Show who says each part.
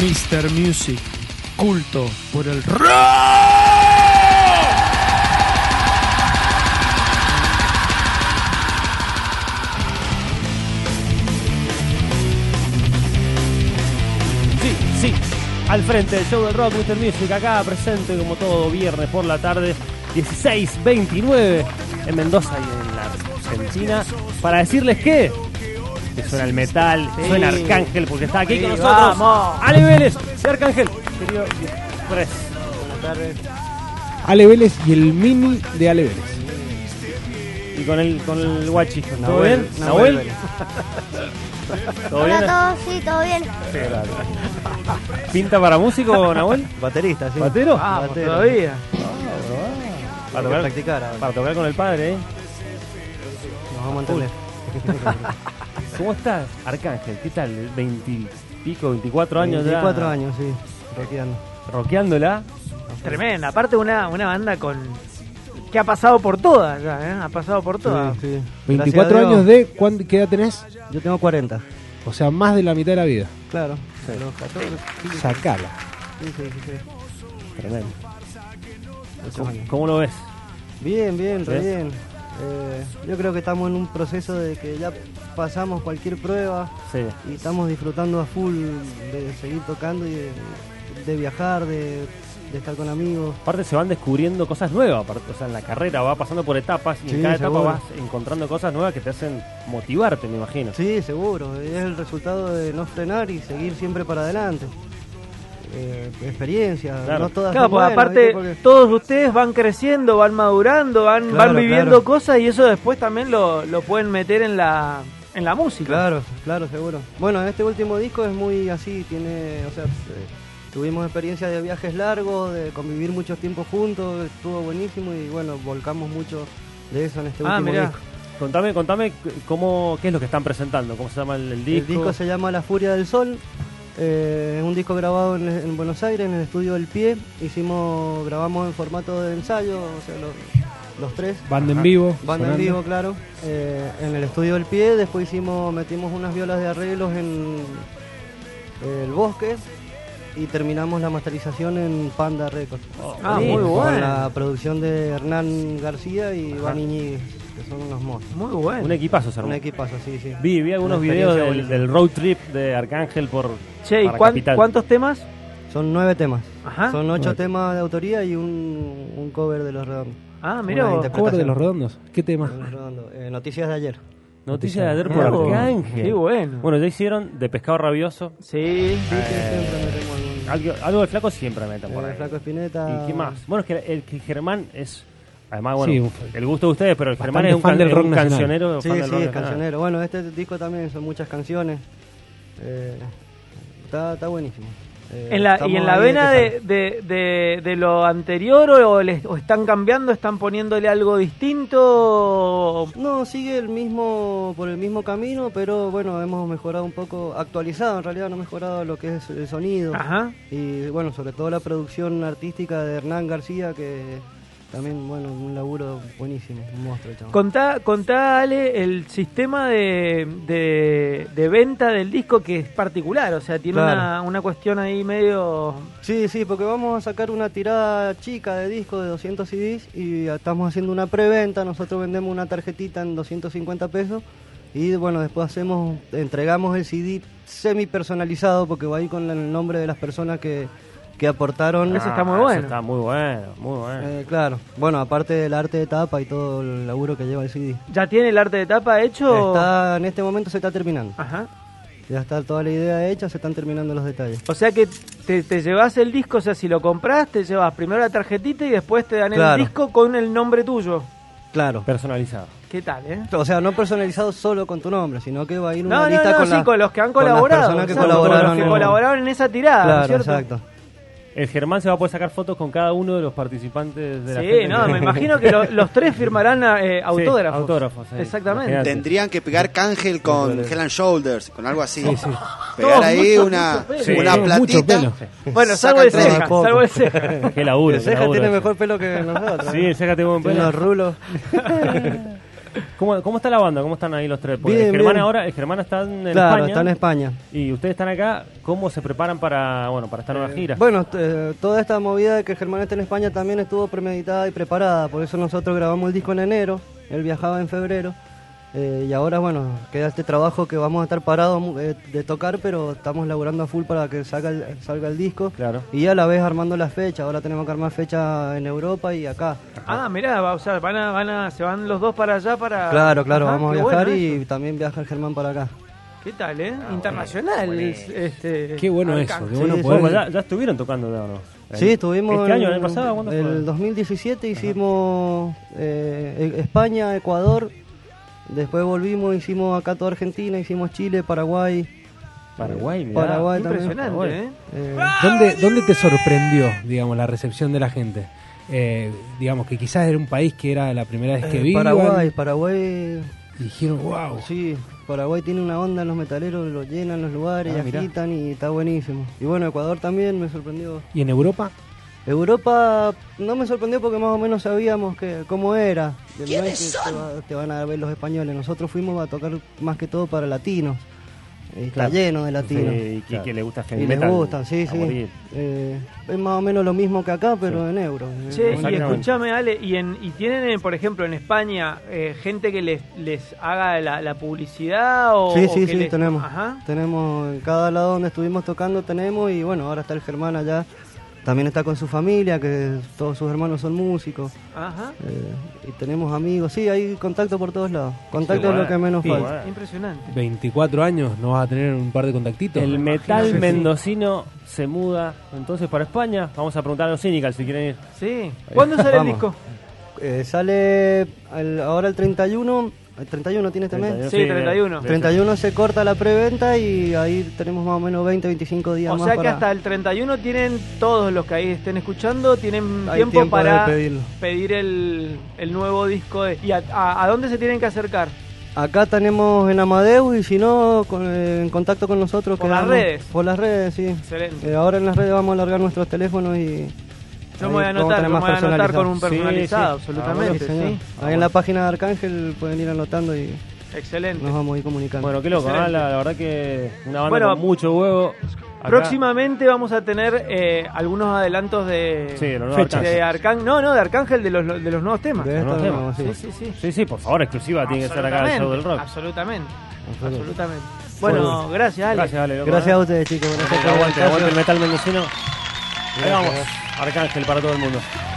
Speaker 1: Mr. Music, culto por el rock.
Speaker 2: Sí, sí. Al frente del show del rock, Mr. Music, acá presente como todo viernes por la tarde, 16.29 en Mendoza y en la Argentina, para decirles que, que suena el metal, suena Arcángel, porque está aquí con
Speaker 3: Sí,
Speaker 2: nosotros.
Speaker 3: vamos.
Speaker 2: Ale Vélez de Arcángel, querido Press.
Speaker 4: Ale Vélez y el mini de Ale Vélez.
Speaker 2: Y con el, con el guachi. ¿Todo
Speaker 3: Nahuel,
Speaker 2: bien?
Speaker 3: Nahuel.
Speaker 2: ¿Nahuel? ¿Todo bien?
Speaker 5: Hola a todos, sí, todo bien.
Speaker 2: ¿Pinta para músico, Nahuel?
Speaker 3: Baterista, sí.
Speaker 2: ¿Batero?
Speaker 3: Vamos,
Speaker 2: Batero.
Speaker 3: todavía.
Speaker 2: Para
Speaker 3: Hay que
Speaker 2: tocar,
Speaker 3: practicar ahora.
Speaker 2: para tocar con el padre, ¿eh?
Speaker 3: Nos vamos a entender.
Speaker 2: ¿Cómo estás, Arcángel? ¿Qué tal? El 20 y pico, 24 años
Speaker 3: 24
Speaker 2: ya.
Speaker 3: años, sí. Rockeando.
Speaker 2: Roqueándola.
Speaker 6: Tremenda, aparte una, una banda con que ha pasado por todas ya, ¿eh? ha pasado por todas.
Speaker 3: Sí, sí. Gracias
Speaker 4: 24
Speaker 3: a Dios.
Speaker 4: años de. ¿cuán- ¿Qué edad tenés?
Speaker 3: Yo tengo 40.
Speaker 4: O sea, más de la mitad de la vida. Eh,
Speaker 3: Claro. Los 14,
Speaker 4: Sacala.
Speaker 3: 15, 16.
Speaker 2: Tremendo.
Speaker 3: Esos
Speaker 2: ¿Cómo,
Speaker 3: años.
Speaker 2: cómo lo ves?
Speaker 3: Bien, bien, re
Speaker 2: ¿Ves?
Speaker 3: bien. Eh, yo creo que estamos en un proceso de que ya pasamos cualquier prueba
Speaker 2: Sí.
Speaker 3: y estamos disfrutando a full de seguir tocando y de, de viajar, de, de estar con amigos.
Speaker 2: Aparte se van descubriendo cosas nuevas, aparte, o sea, en la carrera va pasando por etapas y en
Speaker 3: Sí,
Speaker 2: cada etapa
Speaker 3: seguro.
Speaker 2: vas encontrando cosas nuevas que te hacen motivarte, me imagino.
Speaker 3: Sí, seguro. Es el resultado de no frenar y seguir siempre para adelante. Eh, experiencia,
Speaker 2: Claro.
Speaker 3: no todas
Speaker 6: Claro,
Speaker 3: son
Speaker 6: porque
Speaker 3: buenas,
Speaker 6: aparte
Speaker 3: ¿viste? Porque-
Speaker 6: todos ustedes van creciendo, van madurando, van,
Speaker 3: Claro,
Speaker 6: van viviendo
Speaker 3: claro.
Speaker 6: cosas y eso después también lo, lo pueden meter en la, en la música.
Speaker 3: Claro, claro, seguro. Bueno, este último disco es muy así, tiene, o sea, eh, tuvimos experiencia de viajes largos, de convivir mucho tiempo juntos, estuvo buenísimo y bueno, volcamos mucho de eso en este
Speaker 6: Ah,
Speaker 3: último
Speaker 6: mirá.
Speaker 3: disco.
Speaker 2: Contame, contame c- cómo, qué es lo que están presentando, cómo se llama el, el disco.
Speaker 3: El disco se llama La Furia del Sol. eh, es un disco grabado en, en Buenos Aires, en el estudio El Pie. Hicimos, grabamos en formato de ensayo, o sea, lo- los tres.
Speaker 4: Banda en vivo.
Speaker 3: Banda en
Speaker 4: sonando.
Speaker 3: vivo, claro. eh, en el estudio El Pie, después hicimos, metimos unas violas de arreglos en el bosque y terminamos la masterización en Panda Records.
Speaker 6: Ah,
Speaker 3: Sí,
Speaker 6: muy
Speaker 3: Con
Speaker 6: bueno.
Speaker 3: la producción de Hernán García y Iván Iñiguez, que son unos monstruos.
Speaker 6: Muy bueno.
Speaker 2: Un equipazo, se armó.
Speaker 3: Un equipazo, sí, sí.
Speaker 2: Vi, vi algunos
Speaker 3: Una
Speaker 2: videos
Speaker 3: experiencia
Speaker 2: del, del road trip de Arcángel por.
Speaker 6: Che, ¿y
Speaker 2: para
Speaker 6: cuán-
Speaker 2: Capital.
Speaker 6: cuántos temas?
Speaker 3: Son nueve temas.
Speaker 6: Ajá.
Speaker 3: Son ocho temas de autoría y un, un cover de Los Redondos.
Speaker 6: Ah, mira.
Speaker 3: Una
Speaker 6: vos.
Speaker 3: interpretación.
Speaker 4: Cover de los redondos. ¿Qué
Speaker 3: De
Speaker 4: tema?
Speaker 3: Los Redondos. Eh, noticias de ayer.
Speaker 2: Noticias de ayer por
Speaker 6: Mirá vos.
Speaker 2: Arcángel.
Speaker 6: Qué bueno.
Speaker 3: Mm.
Speaker 2: Bueno, ya hicieron de pescado rabioso.
Speaker 6: Sí.
Speaker 3: Sí, sí, siempre metemos algún-
Speaker 2: Algo, algo de flaco siempre meten Eh, por
Speaker 3: eh,
Speaker 2: ahí.
Speaker 3: Flaco Espineta.
Speaker 2: ¿Y qué más? Bueno, es que el que Germán es. Además, bueno,
Speaker 4: Sí, un-
Speaker 2: el gusto de ustedes, pero el Germán
Speaker 4: Bastante
Speaker 2: es un,
Speaker 4: fan
Speaker 2: can-
Speaker 4: del
Speaker 2: es
Speaker 4: rock
Speaker 2: un
Speaker 4: nacional.
Speaker 2: cancionero.
Speaker 3: Sí,
Speaker 2: fan del
Speaker 3: sí,
Speaker 2: rock
Speaker 3: es
Speaker 2: nacional.
Speaker 3: cancionero. Bueno, este disco también son muchas canciones. Eh, está, está buenísimo. Eh,
Speaker 6: En la,
Speaker 3: estamos
Speaker 6: ¿Y en la
Speaker 3: ahí
Speaker 6: vena
Speaker 3: que
Speaker 6: de, de, de- de lo anterior o, les- o están cambiando, están poniéndole algo distinto?
Speaker 3: sale. No, sigue el mismo, por el mismo camino, pero bueno, hemos mejorado un poco, actualizado en realidad, no mejorado lo que es el sonido.
Speaker 6: Ajá.
Speaker 3: Y bueno, sobre todo la producción artística de Hernán García, que también, bueno, un laburo buenísimo, un monstruo, chaval.
Speaker 6: Contá, contá, Ale, el sistema de, de, de venta del disco que es particular, o sea, tiene
Speaker 3: Claro.
Speaker 6: una, una cuestión ahí medio...
Speaker 3: Sí, sí, porque vamos a sacar una tirada chica de disco de 200 CDs y estamos haciendo una preventa. Nosotros vendemos una tarjetita en 250 pesos y bueno, después hacemos, entregamos el CD semi personalizado porque va ahí con el nombre de las personas que, que aportaron.
Speaker 2: Ah.
Speaker 6: Eso está muy bueno.
Speaker 2: está muy bueno, muy bueno.
Speaker 3: Eh, claro, bueno, aparte del arte de tapa y todo el laburo que lleva el CD.
Speaker 6: ¿Ya tiene el arte de tapa hecho?
Speaker 3: Está, en este momento se está terminando.
Speaker 6: Ajá.
Speaker 3: Ya está toda la idea hecha, se están terminando los detalles.
Speaker 6: O sea que te, te llevas el disco, o sea, si lo compras, te llevas primero la tarjetita y después te dan
Speaker 3: Claro.
Speaker 6: el disco con el nombre tuyo.
Speaker 3: Claro.
Speaker 2: Personalizado.
Speaker 6: ¿Qué tal, eh?
Speaker 3: O sea, no personalizado solo con tu nombre, sino que va a ir una
Speaker 6: No, no,
Speaker 3: lista
Speaker 6: no,
Speaker 3: con,
Speaker 6: sí,
Speaker 3: la-
Speaker 6: con los que han
Speaker 3: con las
Speaker 6: colaborado.
Speaker 3: personas que
Speaker 6: exacto,
Speaker 3: colaboraron.
Speaker 6: con los que
Speaker 3: en-
Speaker 6: colaboraron en esa tirada, ¿no es
Speaker 3: Claro,
Speaker 6: ¿cierto?
Speaker 3: exacto.
Speaker 2: El Germán se va a poder sacar fotos con cada uno de los participantes de la
Speaker 6: Sí,
Speaker 2: gente
Speaker 6: no,
Speaker 2: que-
Speaker 6: me imagino que lo- los tres firmarán eh, autógrafos.
Speaker 2: autógrafos, sí.
Speaker 6: Exactamente.
Speaker 2: Imagínate.
Speaker 7: Tendrían que pegar Cángel con Hell and Shoulders, con algo así. Pegar
Speaker 6: Todos
Speaker 7: ahí
Speaker 6: mucho,
Speaker 7: una,
Speaker 6: mucho pelo.
Speaker 7: una
Speaker 4: Sí, mucho
Speaker 7: platita.
Speaker 4: pelo.
Speaker 6: Bueno, salvo
Speaker 7: Sacan
Speaker 6: el
Speaker 7: tres.
Speaker 6: ceja, salvo el ceja.
Speaker 2: Qué laburo,
Speaker 3: El
Speaker 2: qué
Speaker 3: ceja
Speaker 2: laburo
Speaker 3: tiene
Speaker 2: ese.
Speaker 3: mejor pelo que nosotros. ¿eh?
Speaker 2: Sí, el ceja tiene buen
Speaker 3: Tiene unos
Speaker 2: pelo.
Speaker 3: rulos.
Speaker 2: ¿Cómo, ¿Cómo está la banda? ¿Cómo están ahí los tres? Porque
Speaker 3: Bien,
Speaker 2: el Germán
Speaker 3: bien.
Speaker 2: ahora, el Germán está en
Speaker 3: claro,
Speaker 2: España.
Speaker 3: está en España.
Speaker 2: Y ustedes están acá, ¿cómo se preparan para, bueno, para esta nueva gira?
Speaker 3: Bueno, t- eh, toda esta movida de que Germán esté en España también estuvo premeditada y preparada, por eso nosotros grabamos el disco en enero, él viajaba en febrero, eh, y ahora bueno, queda este trabajo que vamos a estar parados mu- eh, de tocar, pero estamos laburando a full para que salga el, salga el disco,
Speaker 2: Claro.
Speaker 3: y a la vez armando las fechas, ahora tenemos que armar fechas en Europa y acá.
Speaker 6: Ah, mirá, va, o sea, van a, van a, se van los dos para allá para.
Speaker 3: Claro, claro,
Speaker 6: Ah, Ajá,
Speaker 3: vamos a
Speaker 6: qué
Speaker 3: viajar
Speaker 6: bueno
Speaker 3: y
Speaker 6: eso.
Speaker 3: también viaja el Germán para acá.
Speaker 6: ¿Qué tal, eh? Internacional. este,
Speaker 4: Qué bueno eso,
Speaker 6: alcance.
Speaker 4: qué bueno
Speaker 3: Sí,
Speaker 4: poder-
Speaker 2: Bueno, ya, ya estuvieron tocando ya, ¿o no?
Speaker 3: Sí, estuvimos.
Speaker 2: ¿Este año, el
Speaker 3: en-
Speaker 2: año pasado? ¿Cuándo fue?
Speaker 3: El 2017 hicimos eh, e- España, Ecuador. Después volvimos, hicimos acá toda Argentina, hicimos Chile, Paraguay.
Speaker 2: Paraguay, mirá.
Speaker 3: Paraguay
Speaker 6: Impresionante,
Speaker 2: bueno.
Speaker 6: eh.
Speaker 3: también. Eh,
Speaker 4: ¿Dónde, ¿Dónde te sorprendió, digamos, la recepción de la gente? Eh, digamos que quizás era un país que era la primera vez que
Speaker 3: eh,
Speaker 4: vi.
Speaker 3: Paraguay, Paraguay.
Speaker 4: Y dijeron, wow.
Speaker 3: Sí, Paraguay tiene una onda en los metaleros, lo llenan los lugares,
Speaker 2: Ah, mirá.
Speaker 3: agitan y está buenísimo. Y bueno, Ecuador también me sorprendió.
Speaker 4: ¿Y en Europa?
Speaker 3: Europa no me sorprendió porque más o menos sabíamos que cómo era. Del ¿Quiénes Te, va- te van a ver los españoles. Nosotros fuimos a tocar más que todo para latinos. Eh, Está lleno de
Speaker 2: Sí,
Speaker 3: latinos.
Speaker 2: y que, que le gusta heavy
Speaker 3: y les
Speaker 2: metal
Speaker 3: gustan, sí,
Speaker 2: a
Speaker 3: sí.
Speaker 2: morir.
Speaker 3: Eh, es más o menos lo mismo que acá, pero en euros. Eh,
Speaker 6: Che, y
Speaker 2: Exactamente.
Speaker 6: escúchame, Ale, y, en, y tienen, eh, por ejemplo, en España, eh, gente que les, les haga la, la publicidad o.
Speaker 3: Sí,
Speaker 6: o
Speaker 3: sí,
Speaker 6: que
Speaker 3: sí,
Speaker 6: les-
Speaker 3: tenemos.
Speaker 6: Ajá.
Speaker 3: Tenemos en cada lado donde estuvimos tocando, tenemos. Y bueno, ahora está el Germán allá. También está con su familia, que todos sus hermanos son músicos.
Speaker 6: Ajá.
Speaker 3: Eh, y tenemos amigos. Sí, hay contacto por todos lados. Contacto es
Speaker 2: Igual.
Speaker 3: lo que menos
Speaker 2: Sí,
Speaker 3: falta.
Speaker 2: igual.
Speaker 6: Impresionante.
Speaker 4: 24 años, ¿no vas a tener un par de contactitos?
Speaker 2: El metal mendocino se muda entonces para España. Vamos a preguntar a los Cynical si quieren ir.
Speaker 6: Sí. ¿Cuándo sale el
Speaker 3: Vamos.
Speaker 6: disco?
Speaker 3: Eh, sale el- ahora el 31. El 31 tiene este mes.
Speaker 6: Sí, 31.
Speaker 2: de- de-
Speaker 3: 31 se corta la preventa y ahí tenemos más o menos 20, 25 días
Speaker 6: O
Speaker 3: más.
Speaker 6: sea que
Speaker 3: para-
Speaker 6: hasta el 31 tienen todos los que ahí estén escuchando, tienen
Speaker 3: Hay
Speaker 6: tiempo,
Speaker 3: tiempo de
Speaker 6: para
Speaker 3: pedirlo.
Speaker 6: pedir el, el nuevo disco. de- ¿Y a, a- a dónde se tienen que acercar?
Speaker 3: Acá tenemos en Amadeus y si no, con- eh, en contacto con nosotros.
Speaker 6: Por las
Speaker 3: quedamos-
Speaker 6: redes.
Speaker 3: Por las redes, sí.
Speaker 6: Excelente.
Speaker 3: Eh, ahora en las redes vamos a alargar nuestros teléfonos y.
Speaker 6: Yo
Speaker 3: ahí
Speaker 6: me voy a
Speaker 3: vamos
Speaker 6: anotar,
Speaker 3: tener
Speaker 6: yo me
Speaker 3: más
Speaker 6: voy a anotar con
Speaker 3: personalizado.
Speaker 6: un
Speaker 2: Sí,
Speaker 6: personalizado,
Speaker 2: sí.
Speaker 3: Bueno,
Speaker 6: absolutamente.
Speaker 3: señor.
Speaker 6: sí.
Speaker 3: Ahí en la página de Arcángel pueden ir anotando y
Speaker 6: Excelente.
Speaker 3: nos vamos a ir comunicando.
Speaker 2: Bueno, qué loco, ¿ah?
Speaker 6: Excelente.
Speaker 2: la, la verdad que una banda
Speaker 6: Bueno,
Speaker 2: con mucho huevo. Acá-
Speaker 6: Próximamente vamos a tener eh, algunos adelantos de,
Speaker 2: Sí, de los nuevos
Speaker 6: de
Speaker 2: Arcángeles.
Speaker 6: Arcángel. No, no, de Arcángel de los, de los nuevos temas.
Speaker 3: De esto
Speaker 2: no,
Speaker 3: nos
Speaker 2: no,
Speaker 3: vamos, sí.
Speaker 6: Sí, sí, sí.
Speaker 2: Sí, sí, por favor, exclusiva tiene que estar acá el show del rock.
Speaker 6: Absolutamente. Absolutamente. Bueno, gracias, Ale.
Speaker 2: Gracias, Ale. loco,
Speaker 3: Gracias a
Speaker 2: ¿eh?
Speaker 3: ustedes, chicos. Gracias por el
Speaker 2: Aguante, aguante
Speaker 3: espacio.
Speaker 2: el metal mendocino. Ahí vamos. Arcángel para todo el mundo.